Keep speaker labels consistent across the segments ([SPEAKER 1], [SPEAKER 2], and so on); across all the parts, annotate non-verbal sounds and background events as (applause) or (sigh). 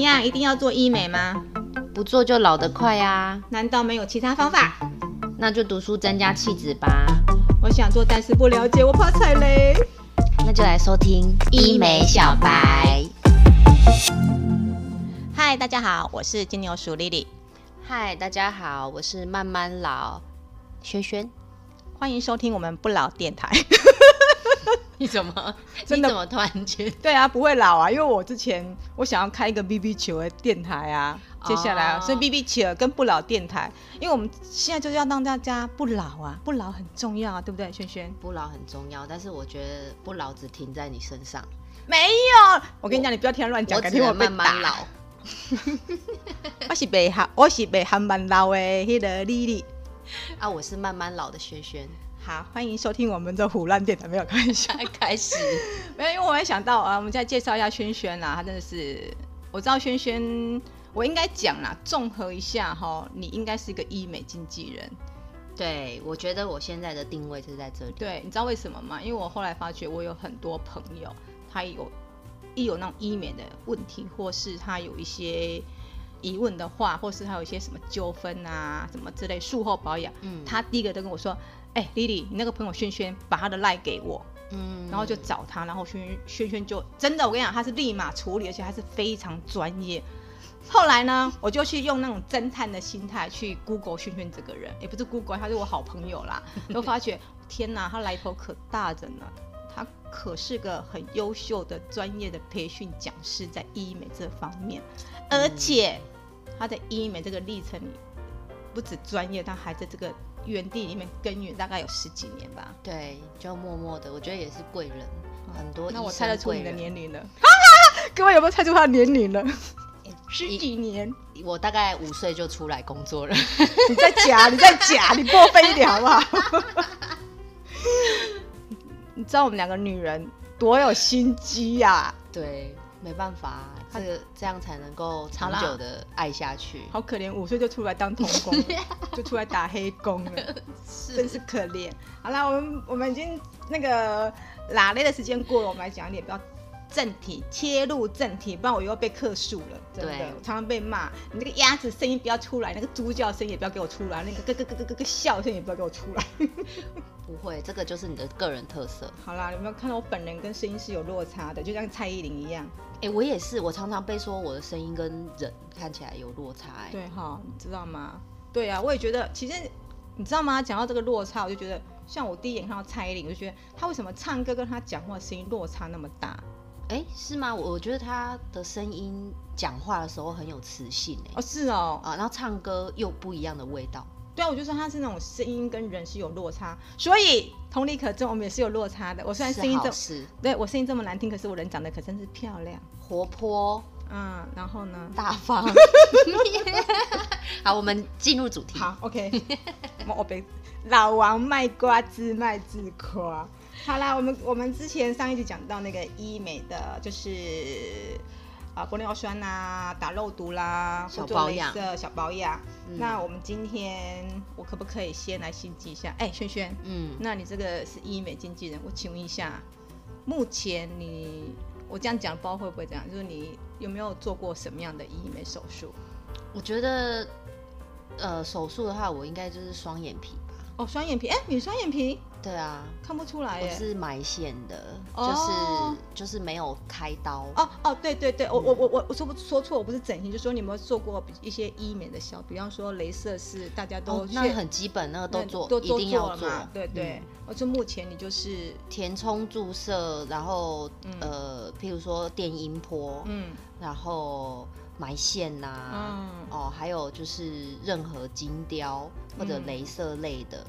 [SPEAKER 1] 样？一定要做医美吗？
[SPEAKER 2] 不做就老得快呀、
[SPEAKER 1] 难道没有其他方法？
[SPEAKER 2] 那就读书增加气质吧。
[SPEAKER 1] 我想做，但是不了解，我怕踩雷。
[SPEAKER 2] 那就来收听
[SPEAKER 1] 医美小白
[SPEAKER 2] 白。
[SPEAKER 1] 嗨，大家好，我是金牛鼠 Lily，
[SPEAKER 2] 嗨，大家好，我是慢慢老轩轩。
[SPEAKER 1] 欢迎收听我们不老电台。
[SPEAKER 2] 你怎么？
[SPEAKER 1] 真
[SPEAKER 2] 你
[SPEAKER 1] 的
[SPEAKER 2] 怎么突然间？
[SPEAKER 1] (laughs) 对啊，不会老啊，因为我之前我想要开一个 BB 球的电台啊，接下来、啊
[SPEAKER 2] 哦
[SPEAKER 1] 所以 BB 球跟不老电台，因为我们现在就是要让大家不老啊，不老很重要啊，对不对，轩轩？
[SPEAKER 2] 不老很重要，但是我觉得不老只停在你身上，
[SPEAKER 1] 没有，我跟你讲，你不要听他乱讲，
[SPEAKER 2] 我
[SPEAKER 1] 改
[SPEAKER 2] 只
[SPEAKER 1] 天我
[SPEAKER 2] 能
[SPEAKER 1] 被
[SPEAKER 2] 慢
[SPEAKER 1] 打
[SPEAKER 2] 慢。老。
[SPEAKER 1] 我是被韩，我是被韩版老的迄个 Lily。
[SPEAKER 2] 啊，我是慢慢老的轩轩。
[SPEAKER 1] 好，欢迎收听我们的胡乱电台，没有开玩
[SPEAKER 2] (laughs)
[SPEAKER 1] 笑。
[SPEAKER 2] 开始，
[SPEAKER 1] 没有，因为我也想到啊，呃我们再介绍一下轩轩啦，他真的是，我知道轩轩，我应该讲啦，综合一下哈，你应该是一个医美经纪人。
[SPEAKER 2] 对我觉得我现在的定位是在这里。
[SPEAKER 1] 对，你知道为什么吗？因为我后来发觉，我有很多朋友，他有一有那种医美的问题，或是他有一些疑问的话，或是他有一些什么纠纷啊，什么之类，术后保养，
[SPEAKER 2] 嗯
[SPEAKER 1] 他第一个都跟我说：“哎、l i l y 你那个朋友轩轩把他的赖给我。”
[SPEAKER 2] 嗯
[SPEAKER 1] 然后就找他，然后轩轩轩轩就真的，我跟你讲，他是立马处理，而且他是非常专业。后来呢，我就去用那种侦探的心态去 Google 轩轩这个人，也不是 Google，他是我好朋友啦。都发觉，天哪，他来头可大着呢，他可是个很优秀的专业的培训讲师，在医美这方面，而且他在医美这个历程里，不止专业，他还在这个园地里面耕耘，大概有十几年吧。
[SPEAKER 2] 对，就默默的，我觉得也是贵人，很多
[SPEAKER 1] 嗯
[SPEAKER 2] 医
[SPEAKER 1] 那我
[SPEAKER 2] 生
[SPEAKER 1] 猜得出
[SPEAKER 2] 贵
[SPEAKER 1] 你的
[SPEAKER 2] 人
[SPEAKER 1] 年龄了， (laughs) 各位有没有猜出他的年龄了？十几年，
[SPEAKER 2] 我大概五岁就出来工作了， (laughs)
[SPEAKER 1] 你在假，你在假，你过分一点好不 (laughs) 好？你知道我们两个女人多有心机呀、
[SPEAKER 2] 对，没办法啊，
[SPEAKER 1] 他
[SPEAKER 2] 这个这样才能够长
[SPEAKER 1] 好啦
[SPEAKER 2] 久的爱下去。
[SPEAKER 1] 好可怜，五岁就出来当童工，就出来打黑工了，真是可怜。好啦，我们我们已经那个拉累的时间过了，我们来讲一点比较正题，切入正题，不然我又要被克数了。真的
[SPEAKER 2] 对，
[SPEAKER 1] 我常常被骂，你那个鸭子声音不要出来，那个猪叫声也不要给我出来，那个咯咯咯咯咯咯笑声也不要给我出来。
[SPEAKER 2] 不会，这个就是你的个人特色。
[SPEAKER 1] 好啦，有没有看到我本人跟声音是有落差的，就像蔡依林一样。
[SPEAKER 2] 哎、我也是，我常常被说我的声音跟人看起来有落差、欸。
[SPEAKER 1] 对哈，你知道吗？对啊，我也觉得，其实你知道吗？讲到这个落差，我就觉得，像我第一眼看到蔡依林，我就觉得她为什么唱歌跟她讲话声音落差那么大？
[SPEAKER 2] 哎、是吗？我我觉得他的声音讲话的时候很有磁性、欸，
[SPEAKER 1] 哦，是哦，
[SPEAKER 2] 啊，然后唱歌又不一样的味道。
[SPEAKER 1] 对啊，我就说她是那种声音跟人是有落差，所以同理可证，我们也是有落差的。我虽然声音这
[SPEAKER 2] 好
[SPEAKER 1] 么，
[SPEAKER 2] 事，
[SPEAKER 1] 对我声音这么难听，可是我人长得可真是漂亮。
[SPEAKER 2] 活泼
[SPEAKER 1] 嗯，然后呢？
[SPEAKER 2] 大
[SPEAKER 1] (laughs)
[SPEAKER 2] 方。 (laughs) 好，我们进入主题。
[SPEAKER 1] (laughs) 好，OK，我我被老王卖瓜，自卖自夸。好啦，我们我们之前上一集讲到那个医美的，就是啊玻尿酸啦、打肉毒啦、
[SPEAKER 2] 小
[SPEAKER 1] 或做
[SPEAKER 2] 保
[SPEAKER 1] 镭
[SPEAKER 2] 养
[SPEAKER 1] 射、小保养。
[SPEAKER 2] 嗯
[SPEAKER 1] 那我们今天我可不可以先来心机一下？哎、轩轩，
[SPEAKER 2] 嗯，
[SPEAKER 1] 那你这个是医美经纪人，我请问一下，目前你我这样讲，不知道会不会这样，就是你有没有做过什么样的医美手术？
[SPEAKER 2] 我觉得，呃，手术的话，我应该就是双眼皮吧。
[SPEAKER 1] 哦，双眼皮，哎、你双眼皮
[SPEAKER 2] 对啊，
[SPEAKER 1] 看不出来
[SPEAKER 2] 我
[SPEAKER 1] 耶。
[SPEAKER 2] 是埋线的，
[SPEAKER 1] 哎哦
[SPEAKER 2] 就是就是没有开刀。
[SPEAKER 1] 哦哦，对对对，我我我我我说不说错，我不是整形，就说你有没有做过一些医美的小，比方说镭射是大家都
[SPEAKER 2] 哦，
[SPEAKER 1] 去、
[SPEAKER 2] 那很基本，那个都
[SPEAKER 1] 那
[SPEAKER 2] 做，
[SPEAKER 1] 都
[SPEAKER 2] 一定要
[SPEAKER 1] 了嘛对对
[SPEAKER 2] 嗯，
[SPEAKER 1] 我说目前你就是
[SPEAKER 2] 填充注射，然后、
[SPEAKER 1] 嗯
[SPEAKER 2] 呃，譬如说电音波，
[SPEAKER 1] 嗯
[SPEAKER 2] 然后埋线呐、
[SPEAKER 1] 嗯
[SPEAKER 2] 哦，还有就是任何精雕或者
[SPEAKER 1] 嗯
[SPEAKER 2] 镭射类的，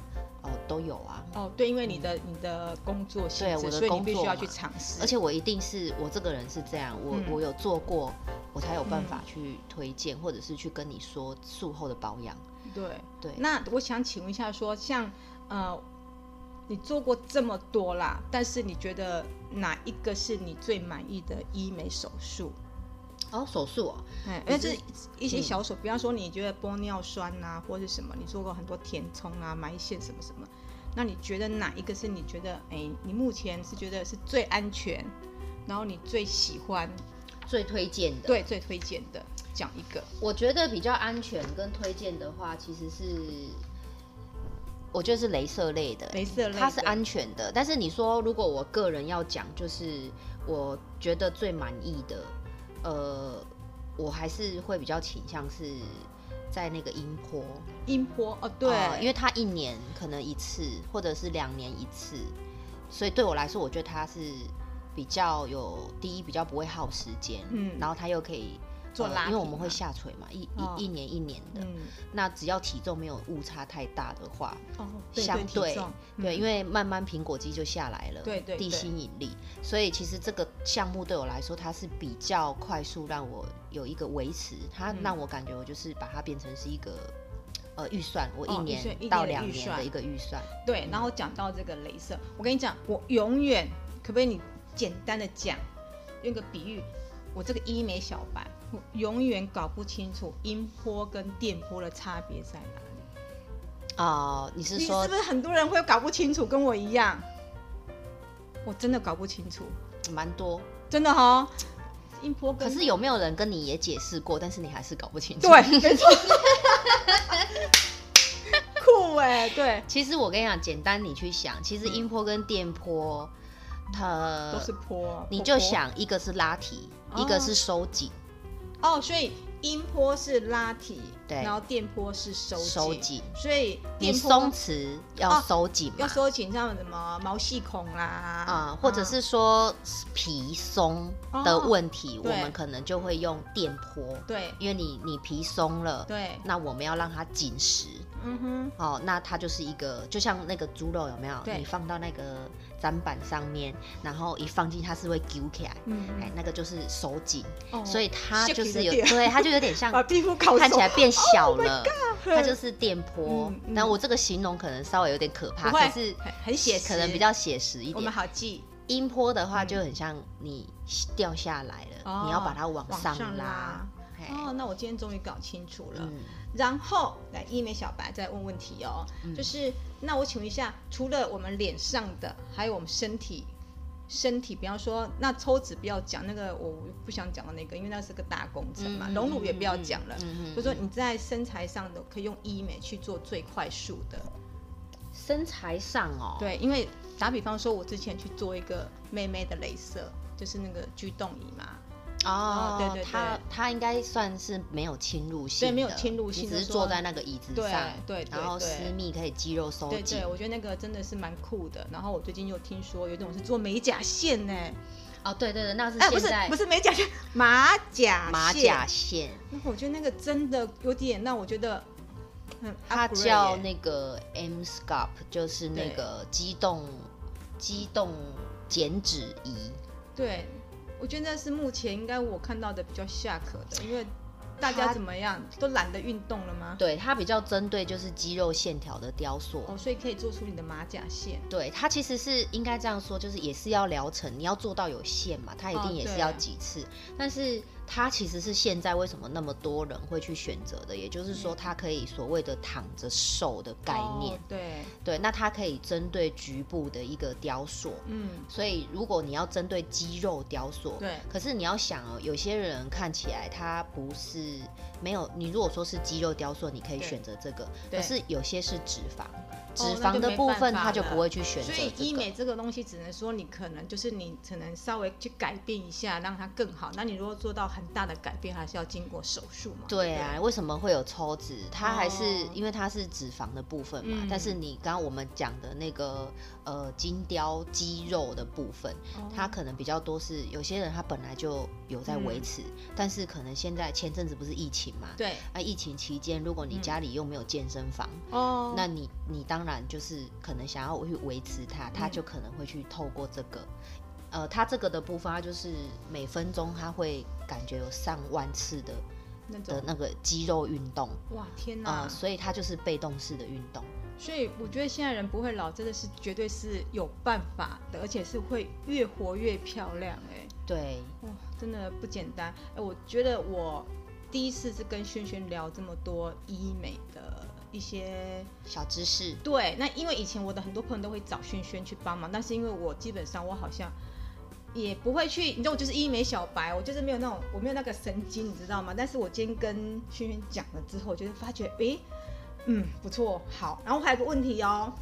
[SPEAKER 2] 哦都有啊。
[SPEAKER 1] 哦对，因为你的、你的工作性
[SPEAKER 2] 对
[SPEAKER 1] 质，
[SPEAKER 2] 我的
[SPEAKER 1] 所以你
[SPEAKER 2] 工
[SPEAKER 1] 必须
[SPEAKER 2] 作
[SPEAKER 1] 要
[SPEAKER 2] 嘛
[SPEAKER 1] 去尝试，
[SPEAKER 2] 而且我一定是我这个人是这样，我、
[SPEAKER 1] 嗯
[SPEAKER 2] 我有做过，我才有办法去推荐，或者是去跟你说术后的保养。
[SPEAKER 1] 对
[SPEAKER 2] 对
[SPEAKER 1] 那我想请问一下说像呃。你做过这么多啦，但是你觉得哪一个是你最满意的医美手术？
[SPEAKER 2] 哦，手术哦，
[SPEAKER 1] 哎，因
[SPEAKER 2] 可
[SPEAKER 1] 为这
[SPEAKER 2] 是
[SPEAKER 1] 是一些
[SPEAKER 2] 嗯
[SPEAKER 1] 小手，比方说你觉得玻尿酸啊，或是什么，你做过很多填充啊、埋线什么什么，那你觉得哪一个是你觉得，哎，你目前是觉得是最安全，然后你最喜欢，
[SPEAKER 2] 最推荐的，
[SPEAKER 1] 对，最推荐的讲一个，
[SPEAKER 2] 我觉得比较安全跟推荐的话，其实是我觉得是镭射类的，
[SPEAKER 1] 镭射类
[SPEAKER 2] 它是
[SPEAKER 1] 的
[SPEAKER 2] 安全的。但是你说如果我个人要讲，就是我觉得最满意的，呃，我还是会比较倾向是在那个音波，
[SPEAKER 1] 音波哦，对，
[SPEAKER 2] 呃因为它一年可能一次，或者是两年一次，所以对我来说，我觉得它是比较有第一比较不会耗时间，
[SPEAKER 1] 嗯
[SPEAKER 2] 然后它又可以
[SPEAKER 1] 做拉
[SPEAKER 2] 因为我
[SPEAKER 1] 提
[SPEAKER 2] 们会
[SPEAKER 1] 嘛
[SPEAKER 2] 下垂嘛，一一、
[SPEAKER 1] 哦
[SPEAKER 2] 一年一年的，
[SPEAKER 1] 嗯，
[SPEAKER 2] 那只要体重没有误差太大的话，
[SPEAKER 1] 哦，
[SPEAKER 2] 相对
[SPEAKER 1] 体重
[SPEAKER 2] 对，
[SPEAKER 1] 嗯
[SPEAKER 2] 因为慢慢苹果肌就下来了，
[SPEAKER 1] 对对
[SPEAKER 2] 地
[SPEAKER 1] 对
[SPEAKER 2] 心引力，所以其实这个项目对我来说，它是比较快速让我有一个维持，它
[SPEAKER 1] 嗯
[SPEAKER 2] 让我感觉我就是把它变成是一个呃预算，我一
[SPEAKER 1] 哦预
[SPEAKER 2] 年
[SPEAKER 1] 算一
[SPEAKER 2] 到
[SPEAKER 1] 年的
[SPEAKER 2] 两
[SPEAKER 1] 预
[SPEAKER 2] 年的
[SPEAKER 1] 算
[SPEAKER 2] 一个预算，
[SPEAKER 1] 对，然后讲到这个镭射，我跟你讲，我永远可不可以你简单的讲，用个比喻，我这个医美小白，我永远搞不清楚音波跟电波的差别在哪里。
[SPEAKER 2] 啊、你是
[SPEAKER 1] 哦你
[SPEAKER 2] 说
[SPEAKER 1] 是不是很多人会搞不清楚，跟我一样？我真的搞不清楚，
[SPEAKER 2] 蛮多？
[SPEAKER 1] 真的哈、哦。音波跟
[SPEAKER 2] 可是有没有人跟你也解释过，但是你还是搞不清楚？ (laughs)
[SPEAKER 1] 对，没错， (laughs) 酷哎、对，
[SPEAKER 2] 其实我跟你讲，简单你去想，其实音波跟电波，它
[SPEAKER 1] 嗯都是波、啊，
[SPEAKER 2] 呃你
[SPEAKER 1] 波
[SPEAKER 2] 就
[SPEAKER 1] 波
[SPEAKER 2] 想一个是拉提，
[SPEAKER 1] 哦
[SPEAKER 2] 一个是收紧，
[SPEAKER 1] 哦，所以音波是拉提，
[SPEAKER 2] 对
[SPEAKER 1] 然后电波是收
[SPEAKER 2] 收紧
[SPEAKER 1] 所以
[SPEAKER 2] 你
[SPEAKER 1] 电波哦
[SPEAKER 2] 松弛要收紧嘛
[SPEAKER 1] 要，收紧，像什么毛细孔啦
[SPEAKER 2] 啊，或者是说皮松的问题，我
[SPEAKER 1] 哦对
[SPEAKER 2] 们可能就会用电波，
[SPEAKER 1] 对
[SPEAKER 2] 因为你你皮松了，
[SPEAKER 1] 对，
[SPEAKER 2] 那我们要让它紧实。
[SPEAKER 1] 嗯哼，
[SPEAKER 2] 哦，那它就是一个，就像那个猪肉有没有？
[SPEAKER 1] 对
[SPEAKER 2] 你放到那个砧板上面，然后一放进去它是会揪起来，哎、
[SPEAKER 1] 嗯，
[SPEAKER 2] 那个就是手紧，
[SPEAKER 1] 哦
[SPEAKER 2] 所以它
[SPEAKER 1] 吓
[SPEAKER 2] 就是
[SPEAKER 1] 死
[SPEAKER 2] 有，
[SPEAKER 1] 了点
[SPEAKER 2] 对，它就
[SPEAKER 1] (laughs)
[SPEAKER 2] 有点像
[SPEAKER 1] 把皮肤烤
[SPEAKER 2] 看起
[SPEAKER 1] 熟
[SPEAKER 2] 来变小了，它就是电波
[SPEAKER 1] 嗯。嗯
[SPEAKER 2] 那、我这个形容可能稍微有点可怕，
[SPEAKER 1] 不
[SPEAKER 2] 可
[SPEAKER 1] 会
[SPEAKER 2] 是
[SPEAKER 1] 很很写实
[SPEAKER 2] 可能比较写实一
[SPEAKER 1] 我们
[SPEAKER 2] 点。
[SPEAKER 1] 好记
[SPEAKER 2] 音波的话就很像你掉下来了，
[SPEAKER 1] 哦
[SPEAKER 2] 你要把它往
[SPEAKER 1] 往
[SPEAKER 2] 上
[SPEAKER 1] 上拉
[SPEAKER 2] 嘿
[SPEAKER 1] 哦。那我今天终于搞清楚了。
[SPEAKER 2] 哎嗯，
[SPEAKER 1] 然后来医美小白再问问题哦，
[SPEAKER 2] 嗯
[SPEAKER 1] 就是那我请问一下，除了我们脸上的，还有我们身体。身体，比方说，那抽脂不要讲，那个我不想讲的那个，因为那是个大工程嘛。
[SPEAKER 2] 嗯
[SPEAKER 1] 隆乳也不要讲了，
[SPEAKER 2] 嗯嗯嗯
[SPEAKER 1] 就说你在身材上的可以用医美去做最快速的。
[SPEAKER 2] 哦身材上哦，，
[SPEAKER 1] 对，因为打比方说，我之前去做一个妹妹的镭射，就是那个居动仪嘛，
[SPEAKER 2] 哦
[SPEAKER 1] 哦，对对对
[SPEAKER 2] 它它应该算是没有侵入性的，
[SPEAKER 1] 对没有侵入性
[SPEAKER 2] 你
[SPEAKER 1] 的
[SPEAKER 2] 只是坐在那个椅子
[SPEAKER 1] 对
[SPEAKER 2] 上，
[SPEAKER 1] 对对
[SPEAKER 2] 然后
[SPEAKER 1] 对
[SPEAKER 2] 私密可以肌肉收
[SPEAKER 1] 对
[SPEAKER 2] 紧
[SPEAKER 1] 对，，我觉得那个真的是蛮酷的。然后我最近又听说有一种是做美甲线呢、
[SPEAKER 2] 哦，对对对，那是
[SPEAKER 1] 哎，不
[SPEAKER 2] 现
[SPEAKER 1] 是
[SPEAKER 2] 在
[SPEAKER 1] 不是美甲线，马甲
[SPEAKER 2] 马
[SPEAKER 1] 线
[SPEAKER 2] 甲。线，
[SPEAKER 1] 那我觉得那个真的有点让我觉得，嗯，
[SPEAKER 2] 它
[SPEAKER 1] upgrade
[SPEAKER 2] 叫
[SPEAKER 1] 耶
[SPEAKER 2] 那个 M Sculp，就是那
[SPEAKER 1] 对
[SPEAKER 2] 个机动机动减脂仪。
[SPEAKER 1] 对，我觉得那是目前应该我看到的比较下可的，因为大家
[SPEAKER 2] 它
[SPEAKER 1] 怎么样都懒得运动了吗？
[SPEAKER 2] 对，它比较针对就是肌肉线条的雕塑。
[SPEAKER 1] 哦，所以可以做出你的马甲线。
[SPEAKER 2] 对，它其实是应该这样说，就是也是要疗程，你要做到有线嘛，它一
[SPEAKER 1] 哦
[SPEAKER 2] 定也是
[SPEAKER 1] 对
[SPEAKER 2] 要几次。但是它其实是现在为什么那么多人会去选择的，也就是说它可以所谓的躺着瘦的概念。
[SPEAKER 1] 嗯哦对，
[SPEAKER 2] 对，那它可以针对局部的一个雕塑。
[SPEAKER 1] 嗯，
[SPEAKER 2] 所以，如果你要针对肌肉雕塑，
[SPEAKER 1] 对
[SPEAKER 2] 可是你要想哦，有些人看起来他不是没有，你如果说是肌肉雕塑，你可以
[SPEAKER 1] 对
[SPEAKER 2] 选择这个，
[SPEAKER 1] 对
[SPEAKER 2] 可是有些是脂肪，脂
[SPEAKER 1] 哦那
[SPEAKER 2] 肪
[SPEAKER 1] 就
[SPEAKER 2] 的
[SPEAKER 1] 没
[SPEAKER 2] 部
[SPEAKER 1] 办
[SPEAKER 2] 分
[SPEAKER 1] 法
[SPEAKER 2] 他就
[SPEAKER 1] 了
[SPEAKER 2] 不会去选择
[SPEAKER 1] 所
[SPEAKER 2] 这
[SPEAKER 1] 以
[SPEAKER 2] 个。
[SPEAKER 1] 医美这个东西只能说你可能就是你可能稍微去改变一下，让它更好。那你如果做到很大的改变，还是要经过手术嘛？
[SPEAKER 2] 对
[SPEAKER 1] 不
[SPEAKER 2] 啊，为什么会有抽脂？它还是、
[SPEAKER 1] 哦
[SPEAKER 2] 因为它是脂肪的部分嘛。
[SPEAKER 1] 嗯
[SPEAKER 2] 但是你刚刚我们讲的那个呃精雕肌肉的部分，
[SPEAKER 1] 对，
[SPEAKER 2] 它
[SPEAKER 1] 哦嗯
[SPEAKER 2] 可能比较多是有些人他本来就有在维持，但是可能现在前阵子不是疫情嘛，
[SPEAKER 1] 对
[SPEAKER 2] 啊，疫情期间，如果你家里又没有健身房，
[SPEAKER 1] 嗯哦，
[SPEAKER 2] 那你你当然就是可能想要去维持它，它
[SPEAKER 1] 嗯
[SPEAKER 2] 就可能会去透过这个，呃，它这个的部分，它就是每分钟它会感觉有上万次的
[SPEAKER 1] 那种嗯
[SPEAKER 2] 的那个肌肉运动，
[SPEAKER 1] 哇天哪！
[SPEAKER 2] 啊、所以它就是被动式的运动。
[SPEAKER 1] 所以我觉得现在人不会老，真的是绝对是有办法的，而且是会越活越漂亮哎、
[SPEAKER 2] 对，
[SPEAKER 1] 哇，真的不简单哎、我觉得我第一次是跟轩轩聊这么多医美的一些
[SPEAKER 2] 小知识，
[SPEAKER 1] 对，那因为以前我的很多朋友都会找轩轩去帮忙，但是因为我基本上我好像也不会去，你知道我就是医美小白，我就是没有那种我没有那个神经，你知道吗？但是我今天跟轩轩讲了之后，就是发觉，诶，嗯，不错，好。然后还有个问题哦，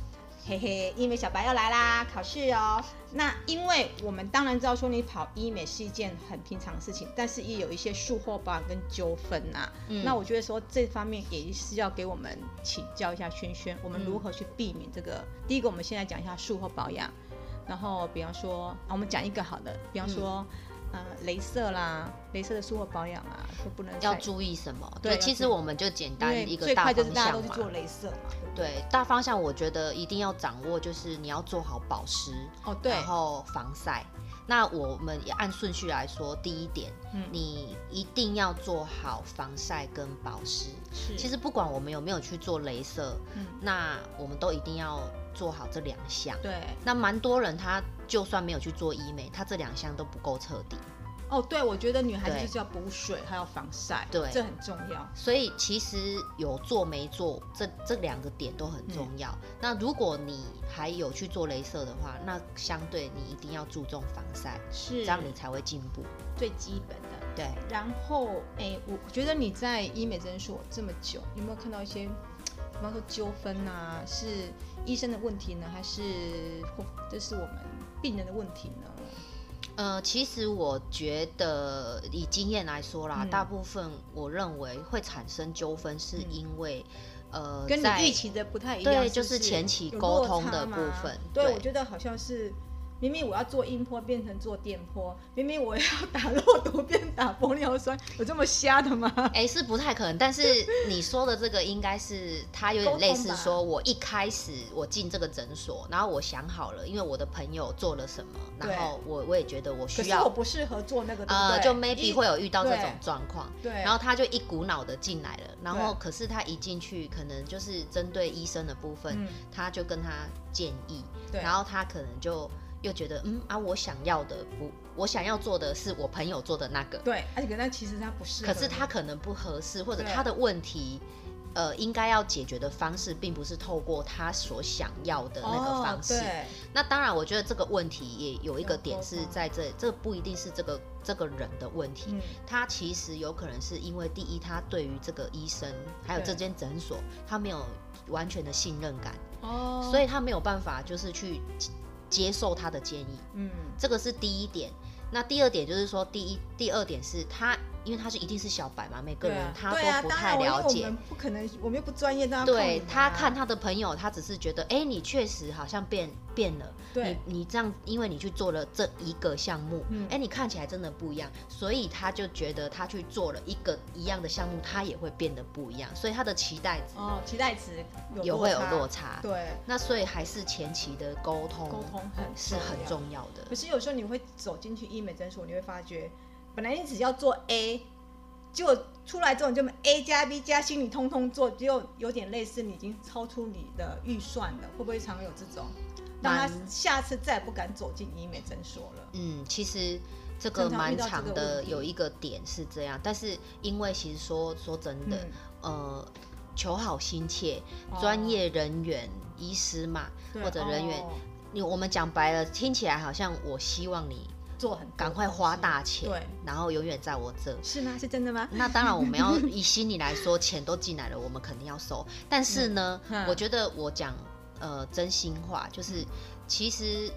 [SPEAKER 1] 嘿嘿，医美小白要来啦，考试哦。那因为我们当然知道说你跑医美是一件很平常的事情，但是也有一些术后保养跟纠纷啊。
[SPEAKER 2] 嗯
[SPEAKER 1] 那我觉得说这方面也是要给我们请教一下轩轩，我们
[SPEAKER 2] 嗯
[SPEAKER 1] 如何去避免这个？第一个，我们现在讲一下术后保养，然后比方说，啊、我们讲一个好的，比方
[SPEAKER 2] 嗯
[SPEAKER 1] 说，呃，镭射啦，镭射的术后保养啊，都不能
[SPEAKER 2] 要
[SPEAKER 1] 再
[SPEAKER 2] 注意什么？
[SPEAKER 1] 对
[SPEAKER 2] 对，
[SPEAKER 1] 要
[SPEAKER 2] 其
[SPEAKER 1] 注
[SPEAKER 2] 实
[SPEAKER 1] 意
[SPEAKER 2] 我们就简
[SPEAKER 1] 因
[SPEAKER 2] 单
[SPEAKER 1] 为
[SPEAKER 2] 一个
[SPEAKER 1] 最
[SPEAKER 2] 大
[SPEAKER 1] 快就
[SPEAKER 2] 方
[SPEAKER 1] 是大家
[SPEAKER 2] 向
[SPEAKER 1] 都去
[SPEAKER 2] 嘛。
[SPEAKER 1] 做镭射嘛，不，
[SPEAKER 2] 对，大方向我觉得一定要掌握，就是你要做好保湿，
[SPEAKER 1] 哦对
[SPEAKER 2] 然后防晒。那我们也按顺序来说，第一点，
[SPEAKER 1] 嗯
[SPEAKER 2] 你一定要做好防晒跟保湿。
[SPEAKER 1] 是
[SPEAKER 2] 其实不管我们有没有去做镭射，
[SPEAKER 1] 嗯，
[SPEAKER 2] 那我们都一定要做好这两项。
[SPEAKER 1] 对，
[SPEAKER 2] 那蛮多人他就算没有去做医美，他这两项都不够彻底。
[SPEAKER 1] 哦对，我觉得女孩子
[SPEAKER 2] 对
[SPEAKER 1] 就是要补水，还有防晒，
[SPEAKER 2] 对
[SPEAKER 1] 这很重要，
[SPEAKER 2] 所以其实有做没做，这这两个点都很重要。那如果你还有去做镭射的话，那相对你一定要注重防晒，
[SPEAKER 1] 是
[SPEAKER 2] 这样你才会进步。
[SPEAKER 1] 最基本的。
[SPEAKER 2] 对，
[SPEAKER 1] 然后，哎、我觉得你在医美诊所这么久，有没有看到一些，比方说纠纷呐、是医生的问题呢，还是或这是我们病人的问题呢？
[SPEAKER 2] 呃，其实我觉得以经验来说啦，
[SPEAKER 1] 嗯
[SPEAKER 2] 大部分我认为会产生纠纷，是
[SPEAKER 1] 嗯
[SPEAKER 2] 因为、呃，
[SPEAKER 1] 跟你
[SPEAKER 2] 在
[SPEAKER 1] 预期的不太一样，
[SPEAKER 2] 对
[SPEAKER 1] 是不
[SPEAKER 2] 就是前期
[SPEAKER 1] 有
[SPEAKER 2] 沟
[SPEAKER 1] 落
[SPEAKER 2] 通
[SPEAKER 1] 差
[SPEAKER 2] 的
[SPEAKER 1] 吗
[SPEAKER 2] 部分
[SPEAKER 1] 对，
[SPEAKER 2] 对
[SPEAKER 1] 我觉得好像是。明明我要做硬坡，变成做电坡；明明我要打肉毒，变打玻尿酸，有这么瞎的吗？
[SPEAKER 2] 哎、是不太可能，但是你说的这个应该是他有点类
[SPEAKER 1] 沟
[SPEAKER 2] 似
[SPEAKER 1] 通吧
[SPEAKER 2] 说，我一开始我进这个诊所，然后我想好了，因为我的朋友做了什么，
[SPEAKER 1] 对
[SPEAKER 2] 然后我我也觉得我
[SPEAKER 1] 可
[SPEAKER 2] 需
[SPEAKER 1] 是我
[SPEAKER 2] 要，
[SPEAKER 1] 不适合做那个，对不
[SPEAKER 2] 呃，
[SPEAKER 1] 对
[SPEAKER 2] 就 maybe
[SPEAKER 1] 一
[SPEAKER 2] 会有遇到这
[SPEAKER 1] 对
[SPEAKER 2] 种状况，
[SPEAKER 1] 对，
[SPEAKER 2] 然后他就一股脑的进来了，然后
[SPEAKER 1] 对
[SPEAKER 2] 可是他一进去，可能就是针对医生的部分，
[SPEAKER 1] 嗯，
[SPEAKER 2] 他就跟他建议，
[SPEAKER 1] 对，
[SPEAKER 2] 然后他可能就又觉得，嗯啊，我想要的不，我想要做的是我朋友做的那个，
[SPEAKER 1] 对，而且可能其实他不适合
[SPEAKER 2] 可
[SPEAKER 1] 你，
[SPEAKER 2] 是他可能不合适，或者
[SPEAKER 1] 对
[SPEAKER 2] 他的问题，呃，应该要解决的方式，并不是透过他所想要的那个方式。
[SPEAKER 1] 哦、对
[SPEAKER 2] 那当然，我觉得这个问题也有一个
[SPEAKER 1] 有
[SPEAKER 2] 点
[SPEAKER 1] 沟
[SPEAKER 2] 是
[SPEAKER 1] 通
[SPEAKER 2] 在这，这不一定是这个这个人的问题。
[SPEAKER 1] 嗯，
[SPEAKER 2] 他其实有可能是因为第一，他对于这个医生还有
[SPEAKER 1] 对
[SPEAKER 2] 这间诊所，他没有完全的信任感，
[SPEAKER 1] 哦，
[SPEAKER 2] 所
[SPEAKER 1] 以，
[SPEAKER 2] 以他没有办法就是去接接受他的建议。
[SPEAKER 1] 嗯，
[SPEAKER 2] 这个是第一点。那第二点就是说，第一、第二点是他，因为他是一定是小白嘛，每个
[SPEAKER 1] 对
[SPEAKER 2] 人
[SPEAKER 1] 啊，
[SPEAKER 2] 他
[SPEAKER 1] 对啊
[SPEAKER 2] 都不太
[SPEAKER 1] 当然
[SPEAKER 2] 了
[SPEAKER 1] 我因为
[SPEAKER 2] 解
[SPEAKER 1] 我。们不可能，我们又不专业，当然靠你们
[SPEAKER 2] 对
[SPEAKER 1] 啊
[SPEAKER 2] 他看，他的朋友，他只是觉得，哎，你确实好像变变了，
[SPEAKER 1] 对
[SPEAKER 2] 你你这样，因为你去做了这一个项目
[SPEAKER 1] 嗯，
[SPEAKER 2] 哎、你看起来真的不一样，所以他就觉得他去做了一个一样的项目，他也会变得不一样，所以他的期待值
[SPEAKER 1] 哦，期待值有
[SPEAKER 2] 也
[SPEAKER 1] 有
[SPEAKER 2] 会有落，差。
[SPEAKER 1] 对，
[SPEAKER 2] 那所以还是前期的沟通
[SPEAKER 1] 沟通哦很
[SPEAKER 2] 是很
[SPEAKER 1] 重要。
[SPEAKER 2] 重要的。
[SPEAKER 1] 可是有时候你会走进去医美诊所，你会发觉，本来你只要做 A，结果出来之后你就 A 加 B 加心你通通做，结果有点类似你已经超出你的预算了，会不会常有这种？让他
[SPEAKER 2] 蛮
[SPEAKER 1] 下次再也不敢走进医美诊所了。
[SPEAKER 2] 嗯，其实这个
[SPEAKER 1] 常常遇
[SPEAKER 2] 蛮
[SPEAKER 1] 到这
[SPEAKER 2] 长
[SPEAKER 1] 个
[SPEAKER 2] 的，
[SPEAKER 1] 问题
[SPEAKER 2] 有一个点是这样，但是因为其实说说真的，
[SPEAKER 1] 嗯
[SPEAKER 2] 呃，求好心切，
[SPEAKER 1] 哦
[SPEAKER 2] 专业人员、医师嘛，
[SPEAKER 1] 对
[SPEAKER 2] 或者人员
[SPEAKER 1] 哦
[SPEAKER 2] 你我们讲白了，听起来好像我希望你
[SPEAKER 1] 做很多
[SPEAKER 2] 赶快
[SPEAKER 1] 东西
[SPEAKER 2] 花大嗯钱，
[SPEAKER 1] 对，
[SPEAKER 2] 然后永远在我这。
[SPEAKER 1] 是吗？是真的吗？
[SPEAKER 2] 那当然，我们要以心里来说，钱都进来了，我们肯定要收。但是呢，
[SPEAKER 1] 嗯嗯嗯
[SPEAKER 2] 我觉得我讲呃真心话，就是其实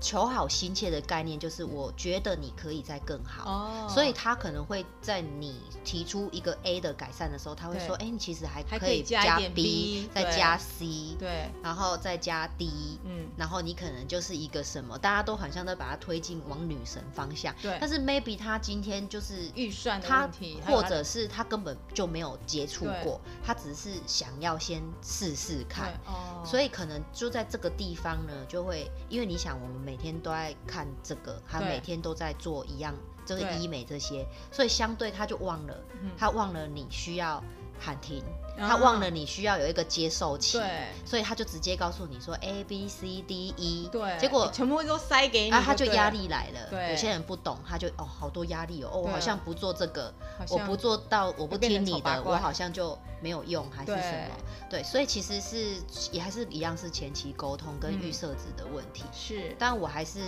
[SPEAKER 2] 求好心切的概念，就是我觉得你可以再更好。
[SPEAKER 1] 哦
[SPEAKER 2] 所以他可能会在你提出一个 A 的改善的时候，他会说：“哎、
[SPEAKER 1] 对
[SPEAKER 2] 你其实还
[SPEAKER 1] 还
[SPEAKER 2] 可
[SPEAKER 1] 可以
[SPEAKER 2] 以
[SPEAKER 1] 加一
[SPEAKER 2] 加
[SPEAKER 1] 点 B，
[SPEAKER 2] 再
[SPEAKER 1] 对
[SPEAKER 2] 加 C，
[SPEAKER 1] 对，
[SPEAKER 2] 然后再加 D，
[SPEAKER 1] 嗯，
[SPEAKER 2] 然后你可能就是一个什么，大家都好像在把它推进往女神方向。
[SPEAKER 1] 对
[SPEAKER 2] 但是 maybe 他今天就是
[SPEAKER 1] 预算的
[SPEAKER 2] 他
[SPEAKER 1] 问题，还有
[SPEAKER 2] 或
[SPEAKER 1] 他
[SPEAKER 2] 者是他根本就没有接触过，他只是想要先试试看。
[SPEAKER 1] 对哦，
[SPEAKER 2] 所
[SPEAKER 1] 以
[SPEAKER 2] 以可能就在这个地方呢，就会因为你想，我们每天都在看这个，他
[SPEAKER 1] 对
[SPEAKER 2] 每天都在做一样，就是
[SPEAKER 1] 对
[SPEAKER 2] 医美这些，所以相对他就忘了，
[SPEAKER 1] 嗯啊
[SPEAKER 2] 他忘了你需要喊停，他忘了你需要有一个接受期，
[SPEAKER 1] 对
[SPEAKER 2] 所以他就直接告诉你说 A B C D E，
[SPEAKER 1] 对，
[SPEAKER 2] 结果
[SPEAKER 1] 全部都塞给你，
[SPEAKER 2] 啊他就
[SPEAKER 1] E 对
[SPEAKER 2] 压，力来了，
[SPEAKER 1] 对
[SPEAKER 2] 有些人不懂，他就哦好多压力哦，哦我
[SPEAKER 1] 对啊
[SPEAKER 2] 好像不做这个，
[SPEAKER 1] 好
[SPEAKER 2] 我
[SPEAKER 1] 像
[SPEAKER 2] 不做到，我不听
[SPEAKER 1] 变成
[SPEAKER 2] 你
[SPEAKER 1] 丑八
[SPEAKER 2] 的，
[SPEAKER 1] 怪
[SPEAKER 2] 我好像就没有用，还是什么？对，所以其实是也还是一样是前期沟通跟
[SPEAKER 1] 嗯
[SPEAKER 2] 预设值的问题。
[SPEAKER 1] 是
[SPEAKER 2] 但我还是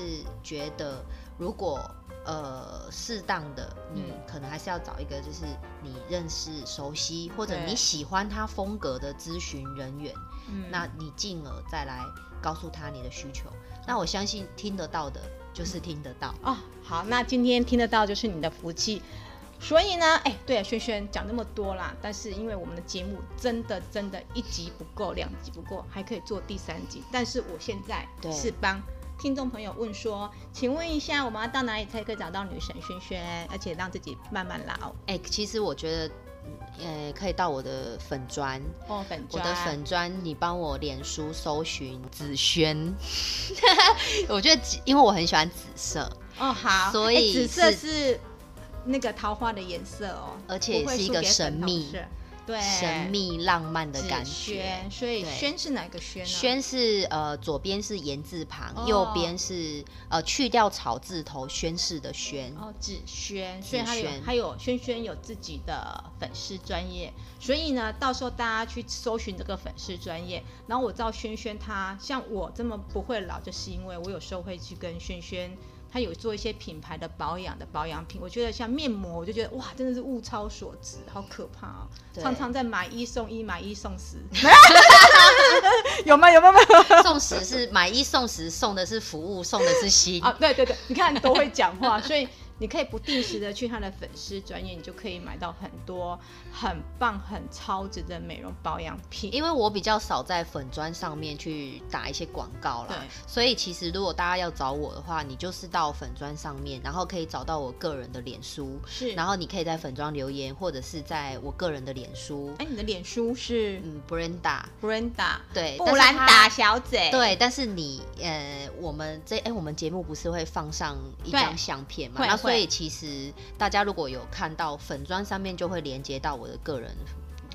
[SPEAKER 2] 觉得，如果呃适当的，你
[SPEAKER 1] 嗯
[SPEAKER 2] 可能还是要找一个就是你认识、熟悉或者
[SPEAKER 1] 对
[SPEAKER 2] 你喜欢他风格的咨询人员，
[SPEAKER 1] 嗯
[SPEAKER 2] 那你进而再来告诉他你的需求。那我相信听得到的就是听得到。
[SPEAKER 1] 哦，好，那今天听得到就是你的福气。所以呢，哎，对了，轩轩讲那么多啦，但是因为我们的节目真的真的一集不够，两集不够，还可以做第三集。但是我现在
[SPEAKER 2] 对
[SPEAKER 1] 是帮听众朋友问说，请问一下，我们要到哪里才可以找到女神轩轩，而且让自己慢慢老
[SPEAKER 2] 哎、其实我觉得，嗯呃，可以到我的粉砖，
[SPEAKER 1] 哦？粉
[SPEAKER 2] 我
[SPEAKER 1] 砖，
[SPEAKER 2] 的粉砖，你帮我脸书搜寻紫萱， (laughs) 我觉得紫因为我很喜欢紫色，
[SPEAKER 1] 哦好，
[SPEAKER 2] 所
[SPEAKER 1] 哎
[SPEAKER 2] 以
[SPEAKER 1] 紫色
[SPEAKER 2] 是
[SPEAKER 1] 是那个桃花的颜色哦，
[SPEAKER 2] 而且
[SPEAKER 1] 不会
[SPEAKER 2] 是一
[SPEAKER 1] 输
[SPEAKER 2] 个
[SPEAKER 1] 给粉
[SPEAKER 2] 神
[SPEAKER 1] 红
[SPEAKER 2] 秘
[SPEAKER 1] 色对
[SPEAKER 2] 神秘浪漫的
[SPEAKER 1] 紫
[SPEAKER 2] 感觉。
[SPEAKER 1] 萱，所以
[SPEAKER 2] 对
[SPEAKER 1] 轩是哪个轩呢？
[SPEAKER 2] 萱是呃，左边是言字旁，
[SPEAKER 1] 哦
[SPEAKER 2] 右边是呃去掉草字头，宣誓的宣。
[SPEAKER 1] 哦，紫萱，所以
[SPEAKER 2] 紫
[SPEAKER 1] 他有
[SPEAKER 2] 萱
[SPEAKER 1] 他有萱萱有自己的粉丝专业，所以呢，到时候大家去搜寻这个粉丝专业。然后我知道萱萱她像我这么不会老，就是因为我有时候会去跟萱萱。她有做一些品牌的保养的保养品，我觉得像面膜，我就觉得哇，真的是物超所值，好可怕哦！
[SPEAKER 2] 对
[SPEAKER 1] 常常在买一送一，买一送
[SPEAKER 2] (laughs)
[SPEAKER 1] 十，有吗？有吗？有吗？
[SPEAKER 2] 送十是买一送十，送的是服务，送的是 (laughs) 心。
[SPEAKER 1] 啊，对对对，你看都会讲话， (laughs) 所以你可以不定时的去他的粉丝专业，你就可以买到很多很棒、很超值的美容保养品。
[SPEAKER 2] 因为我比较少在粉砖上面去打一些广告啦
[SPEAKER 1] 对，
[SPEAKER 2] 所以其实如果大家要找我的话，你就是到粉砖上面，然后可以找到我个人的脸书，
[SPEAKER 1] 是，
[SPEAKER 2] 然
[SPEAKER 1] 后
[SPEAKER 2] 后你可以在粉砖留言，或者是在我个人的脸书，
[SPEAKER 1] 哎，你的脸书是
[SPEAKER 2] 嗯，Brenda，
[SPEAKER 1] Brenda
[SPEAKER 2] 对，
[SPEAKER 1] 布
[SPEAKER 2] 但是
[SPEAKER 1] 兰
[SPEAKER 2] 它
[SPEAKER 1] 达小姐，，
[SPEAKER 2] 对，但是你呃，我们这哎、我们节目不是会放上一
[SPEAKER 1] 对
[SPEAKER 2] 张相片嘛？
[SPEAKER 1] 会
[SPEAKER 2] 那所
[SPEAKER 1] 会
[SPEAKER 2] 以其实大家如果有看到粉砖上面，就会连接到我的个人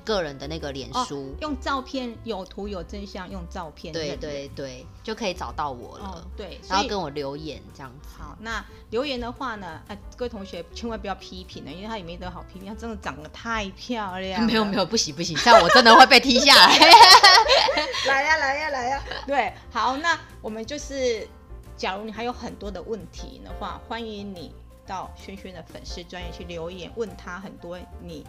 [SPEAKER 2] 个人的那个脸
[SPEAKER 1] 哦
[SPEAKER 2] 书，
[SPEAKER 1] 用照片有图有真相，用照片
[SPEAKER 2] 对
[SPEAKER 1] 认人
[SPEAKER 2] 对对，就可以找到我了。
[SPEAKER 1] 哦对，
[SPEAKER 2] 然
[SPEAKER 1] 所
[SPEAKER 2] 后
[SPEAKER 1] 以
[SPEAKER 2] 跟我留言这样子。
[SPEAKER 1] 好，那留言的话呢，哎，各位同学千万不要批评了，因为她也没得好批评，她真的长得太漂亮了，
[SPEAKER 2] (laughs) 没有没有，不行不行，这样我真的会被踢下来。
[SPEAKER 1] 来呀、来呀、来呀、对，好，那我们就是，假如你还有很多的问题的话，欢迎你到轩轩的粉丝专业去留言，问他很多你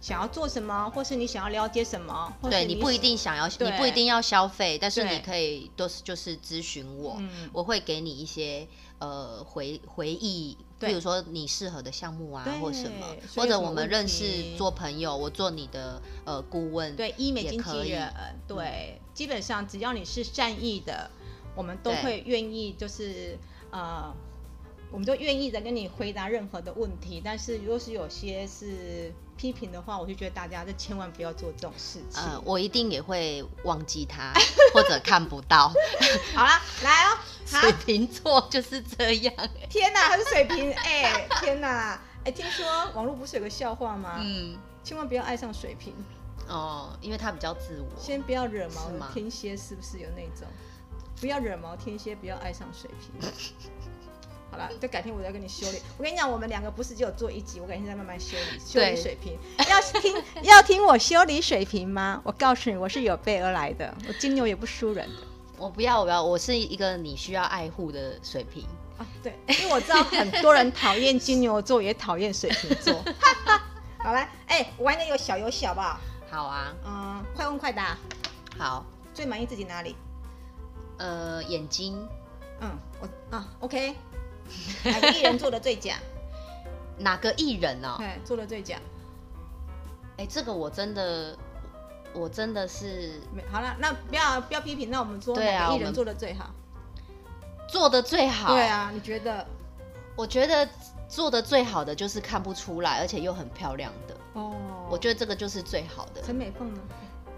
[SPEAKER 1] 想要做什么，或是你想要了解什么，或
[SPEAKER 2] 对
[SPEAKER 1] 是
[SPEAKER 2] 你
[SPEAKER 1] 你
[SPEAKER 2] 不一，定想要，你不
[SPEAKER 1] 对
[SPEAKER 2] 一定要消费，但是
[SPEAKER 1] 对
[SPEAKER 2] 你可以都是就是咨询我，
[SPEAKER 1] 嗯，
[SPEAKER 2] 我会给你一些呃回回忆，
[SPEAKER 1] 对
[SPEAKER 2] 比如说你适合的项目啊
[SPEAKER 1] 对
[SPEAKER 2] 或什么，
[SPEAKER 1] 所以有
[SPEAKER 2] 或
[SPEAKER 1] 什
[SPEAKER 2] 者
[SPEAKER 1] 么
[SPEAKER 2] 我们
[SPEAKER 1] 问
[SPEAKER 2] 认
[SPEAKER 1] 题
[SPEAKER 2] 识做朋友，我做你的呃顾问。
[SPEAKER 1] 对，医美
[SPEAKER 2] 也
[SPEAKER 1] 经
[SPEAKER 2] 可
[SPEAKER 1] 纪
[SPEAKER 2] 以嗯
[SPEAKER 1] 人，对，基本上只要你是善意的，我们都
[SPEAKER 2] 对
[SPEAKER 1] 会愿意，就是呃。我们都愿意的跟你回答任何的问题，但是如果是有些是批评的话，我就觉得大家就千万不要做这种事情。
[SPEAKER 2] 呃，我一定也会忘记他或者看不
[SPEAKER 1] (laughs)
[SPEAKER 2] 到，
[SPEAKER 1] 好啦，来
[SPEAKER 2] (laughs)
[SPEAKER 1] 哦！
[SPEAKER 2] 水
[SPEAKER 1] 好，
[SPEAKER 2] 瓶座就是这
[SPEAKER 1] (laughs)
[SPEAKER 2] 样。啊
[SPEAKER 1] 天哪，他是水
[SPEAKER 2] (laughs)
[SPEAKER 1] 瓶，哎、天哪，哎、听说网络不是有个笑话吗？
[SPEAKER 2] 嗯，
[SPEAKER 1] 千万不要爱上水瓶，
[SPEAKER 2] 哦，因为他比较自我。
[SPEAKER 1] 先不要惹毛
[SPEAKER 2] 是吗
[SPEAKER 1] 天蝎，是不是有那种？不要惹毛天蝎，不要爱上水瓶。
[SPEAKER 2] (laughs)
[SPEAKER 1] 好了，就改天我再跟你修理。我跟你讲，我们两个不是只有做一集，我改天再慢慢修理修理
[SPEAKER 2] 对
[SPEAKER 1] 水瓶。要听要听我修理水瓶吗？我告诉你，我是有备而来的，我金牛也不输人的。
[SPEAKER 2] 我不要，我不要，我是一个你需要爱护的水平。
[SPEAKER 1] 啊，对，因为我知道很多人讨厌金牛座，也讨厌水瓶
[SPEAKER 2] (laughs)
[SPEAKER 1] 座。好来，哎、玩的有小有小吧，
[SPEAKER 2] 好啊，
[SPEAKER 1] 嗯，快问快答，
[SPEAKER 2] 好，
[SPEAKER 1] 最满意自己哪里？
[SPEAKER 2] 呃，眼睛、
[SPEAKER 1] 嗯，我啊，OK，哪个艺人做的最假？
[SPEAKER 2] 哪个艺人 (laughs) 哦？
[SPEAKER 1] 哎，做的最假。
[SPEAKER 2] 哎、这个我真的，我真的是
[SPEAKER 1] 没好了，那不要不要批评，那我们说
[SPEAKER 2] 对啊
[SPEAKER 1] 哪个艺
[SPEAKER 2] 我
[SPEAKER 1] 人
[SPEAKER 2] 们
[SPEAKER 1] 做的最好？
[SPEAKER 2] 做的最好。
[SPEAKER 1] 对，啊，你觉得？
[SPEAKER 2] 我觉得做的最好的就是看不出来，而且又很漂亮的。
[SPEAKER 1] 哦，
[SPEAKER 2] 我觉得这个就是最好的。
[SPEAKER 1] 陈美凤呢？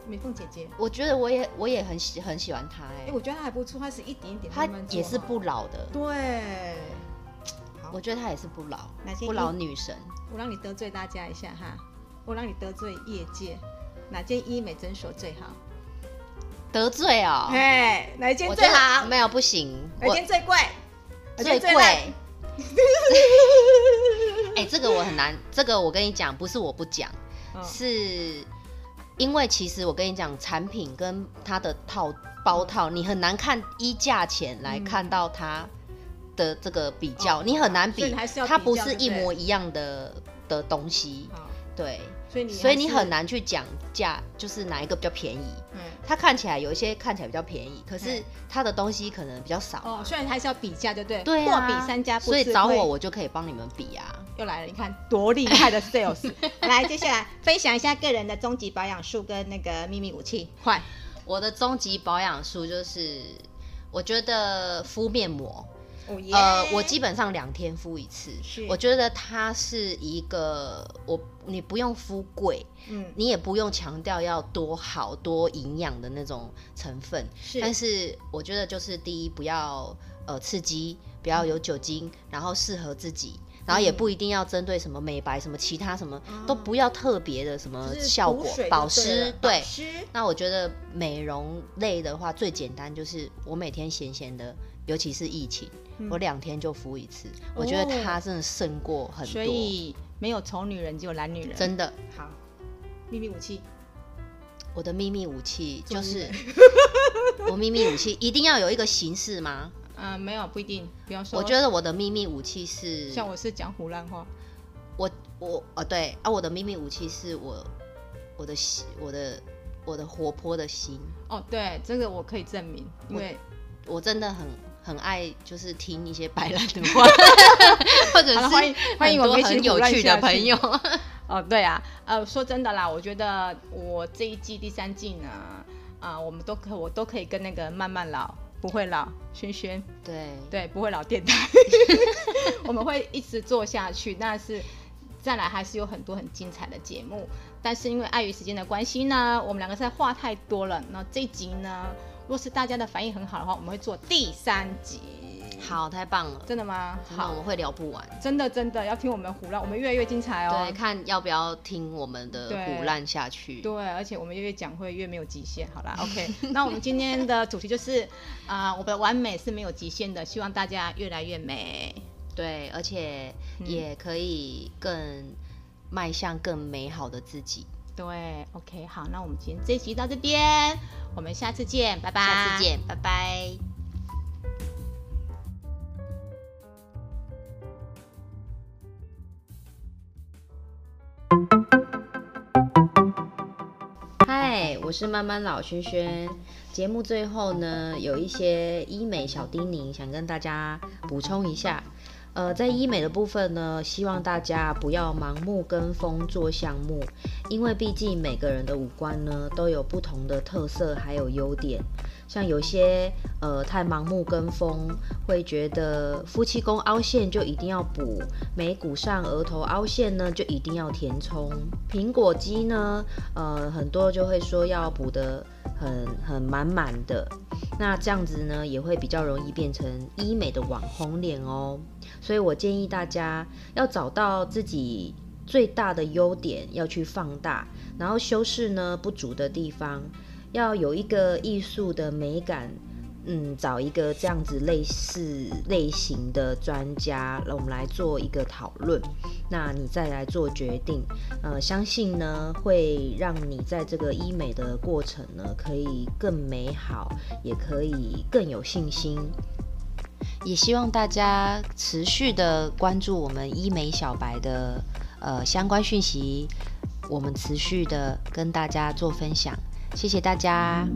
[SPEAKER 1] 美凤姐姐，
[SPEAKER 2] 我觉得我也我也很喜很喜欢她、
[SPEAKER 1] 哎、
[SPEAKER 2] 哎、
[SPEAKER 1] 我觉得她还不错，她是一点一点
[SPEAKER 2] 她
[SPEAKER 1] 慢慢做
[SPEAKER 2] 也是
[SPEAKER 1] 哈
[SPEAKER 2] 不老的。
[SPEAKER 1] 对。好
[SPEAKER 2] 我觉得她也是不老
[SPEAKER 1] 哪些，
[SPEAKER 2] 不老女神。
[SPEAKER 1] 我让你得罪大家一下哈，我让你得罪业界，哪间医美诊所最好？
[SPEAKER 2] 得罪哦，
[SPEAKER 1] 哎、哪一间
[SPEAKER 2] 我
[SPEAKER 1] 最
[SPEAKER 2] 真的
[SPEAKER 1] 好？哎
[SPEAKER 2] 没有不行，
[SPEAKER 1] 哪
[SPEAKER 2] 我
[SPEAKER 1] 间最贵？哪
[SPEAKER 2] 最
[SPEAKER 1] 间
[SPEAKER 2] 贵。 (laughs)
[SPEAKER 1] 烂
[SPEAKER 2] 哎、这个我很难，这个我跟你讲，不是我不讲，
[SPEAKER 1] 嗯
[SPEAKER 2] 是因为其实我跟你讲，产品跟它的套包套，你很难看依价钱来看到它的这个比较，
[SPEAKER 1] 哦
[SPEAKER 2] 嗯你很难
[SPEAKER 1] 所以
[SPEAKER 2] 比，
[SPEAKER 1] 你还是要
[SPEAKER 2] 它
[SPEAKER 1] 比
[SPEAKER 2] 不
[SPEAKER 1] 较
[SPEAKER 2] 是
[SPEAKER 1] 对不
[SPEAKER 2] 一
[SPEAKER 1] 对
[SPEAKER 2] 模一样的的东西，
[SPEAKER 1] 好，
[SPEAKER 2] 对，
[SPEAKER 1] 所以你
[SPEAKER 2] 所以
[SPEAKER 1] 还
[SPEAKER 2] 你
[SPEAKER 1] 是
[SPEAKER 2] 很，难去讲价，就是哪一个比较便宜。
[SPEAKER 1] 嗯，
[SPEAKER 2] 它看起来有一些看起来比较便宜，可是
[SPEAKER 1] 嗯
[SPEAKER 2] 它的东西可能比较少。
[SPEAKER 1] 哦，虽然还是要比价，对不对？
[SPEAKER 2] 对
[SPEAKER 1] 货
[SPEAKER 2] 啊，
[SPEAKER 1] 比三家不
[SPEAKER 2] 所以
[SPEAKER 1] 吃
[SPEAKER 2] 找
[SPEAKER 1] 亏
[SPEAKER 2] 我，我就可以帮你们比啊。
[SPEAKER 1] 又来了，你看多厉害 (laughs) 的 sales。来，接下来分享一下个人的终极保养术跟那个秘密武器，快，
[SPEAKER 2] 我的终极保养术就是，我觉得敷面膜，
[SPEAKER 1] 哦耶
[SPEAKER 2] 呃，我基本上两天敷一次
[SPEAKER 1] 是。
[SPEAKER 2] 我觉得它是一个，我你不用敷贵，
[SPEAKER 1] 嗯
[SPEAKER 2] 你也不用强调要多好多营养的那种成分，
[SPEAKER 1] 是，
[SPEAKER 2] 但是我觉得就是第一不要呃刺激，不要有酒精，然后适合自己。然后也
[SPEAKER 1] 嗯
[SPEAKER 2] 不一定要针对什么美白、什么其他什么、
[SPEAKER 1] 哦
[SPEAKER 2] 都不要特别的什么
[SPEAKER 1] 就是
[SPEAKER 2] 效
[SPEAKER 1] 补
[SPEAKER 2] 果
[SPEAKER 1] 水就
[SPEAKER 2] 保
[SPEAKER 1] 对
[SPEAKER 2] 湿
[SPEAKER 1] 了，
[SPEAKER 2] 对
[SPEAKER 1] 保，湿，
[SPEAKER 2] 那我觉得美容类的话，最简单就是我每天闲闲的，尤其是疫情，
[SPEAKER 1] 嗯哦
[SPEAKER 2] 我两天就敷一次。我觉得它真的胜过很
[SPEAKER 1] 所
[SPEAKER 2] 多，
[SPEAKER 1] 以没有丑女人，只有懒女人。
[SPEAKER 2] 真的。
[SPEAKER 1] 好，秘密武器，
[SPEAKER 2] 我的秘密武器就是，我秘密武器一定要有一个形式吗？
[SPEAKER 1] 嗯、没有不一定，比方说，
[SPEAKER 2] 我觉得我的秘密武器是，
[SPEAKER 1] 像我是讲胡乱话，
[SPEAKER 2] 我我哦对啊，我的秘密武器是我我的心，我的我的活泼的心，
[SPEAKER 1] 哦，对，这个我可以证明，因为
[SPEAKER 2] 我真的很很爱就是听一些白烂的
[SPEAKER 1] (laughs)
[SPEAKER 2] 话，或者
[SPEAKER 1] 好
[SPEAKER 2] 是
[SPEAKER 1] 了欢迎欢迎我们
[SPEAKER 2] 很
[SPEAKER 1] 一起
[SPEAKER 2] 多很有
[SPEAKER 1] 胡乱
[SPEAKER 2] 趣
[SPEAKER 1] 下
[SPEAKER 2] 的
[SPEAKER 1] 去
[SPEAKER 2] 朋友。
[SPEAKER 1] (laughs) 哦，对啊，呃，说真的啦，我觉得我这一季第三季呢，啊、我们都可我都可以跟那个慢慢老不会老轩轩，
[SPEAKER 2] 对，
[SPEAKER 1] 对，不会老电
[SPEAKER 2] (laughs)
[SPEAKER 1] 台，我们会一直做下去，但是。再来还是有很多很精彩的节目，但是因为碍于时间的关系呢，我们两个实在话太多了。那这一集呢，若是大家的反应很好的话，我们会做第三集。
[SPEAKER 2] 好，太棒了，
[SPEAKER 1] 真的吗？
[SPEAKER 2] 真的我哦
[SPEAKER 1] 好，
[SPEAKER 2] 们会聊不完。
[SPEAKER 1] 真的真的要听我们胡乱，我们越来越精彩哦。
[SPEAKER 2] 对，看要不要听我们的
[SPEAKER 1] 对
[SPEAKER 2] 胡烂下去。
[SPEAKER 1] 对，而且我们越讲会越没有极限。好啦 o k 那我们今天的主题就是，啊、我们的完美是没有极限的，希望大家越来越美。
[SPEAKER 2] 对，而且
[SPEAKER 1] 嗯
[SPEAKER 2] 也可以更迈向更美好的自己。
[SPEAKER 1] 对，OK，好，那我们今天这一集到这边，我们下次见，拜拜，
[SPEAKER 2] 下次见，拜拜。嗨，我是慢慢老轩轩。节目最后呢，有一些医美小叮咛，想跟大家补充一下。呃，在医美的部分呢，希望大家不要盲目跟风做项目，因为毕竟每个人的五官呢都有不同的特色还有优点。像有些呃太盲目跟风，会觉得夫妻宫凹陷就一定要补，眉骨上额头凹陷呢就一定要填充，苹果肌呢，呃很多就会说要补得很很满满的，那这样子呢也会比较容易变成医美的网红脸哦。所以我建议大家要找到自己最大的优点，要去放大，然后修饰呢不足的地方，要有一个艺术的美感。嗯，找一个这样子类似类型的专家，让我们来做一个讨论，那你再来做决定。呃，相信呢会让你在这个医美的过程呢，可以更美好，也可以更有信心。也希望大家持续的关注我们医美小白的呃相关讯息，我们持续的跟大家做分享，谢谢大家。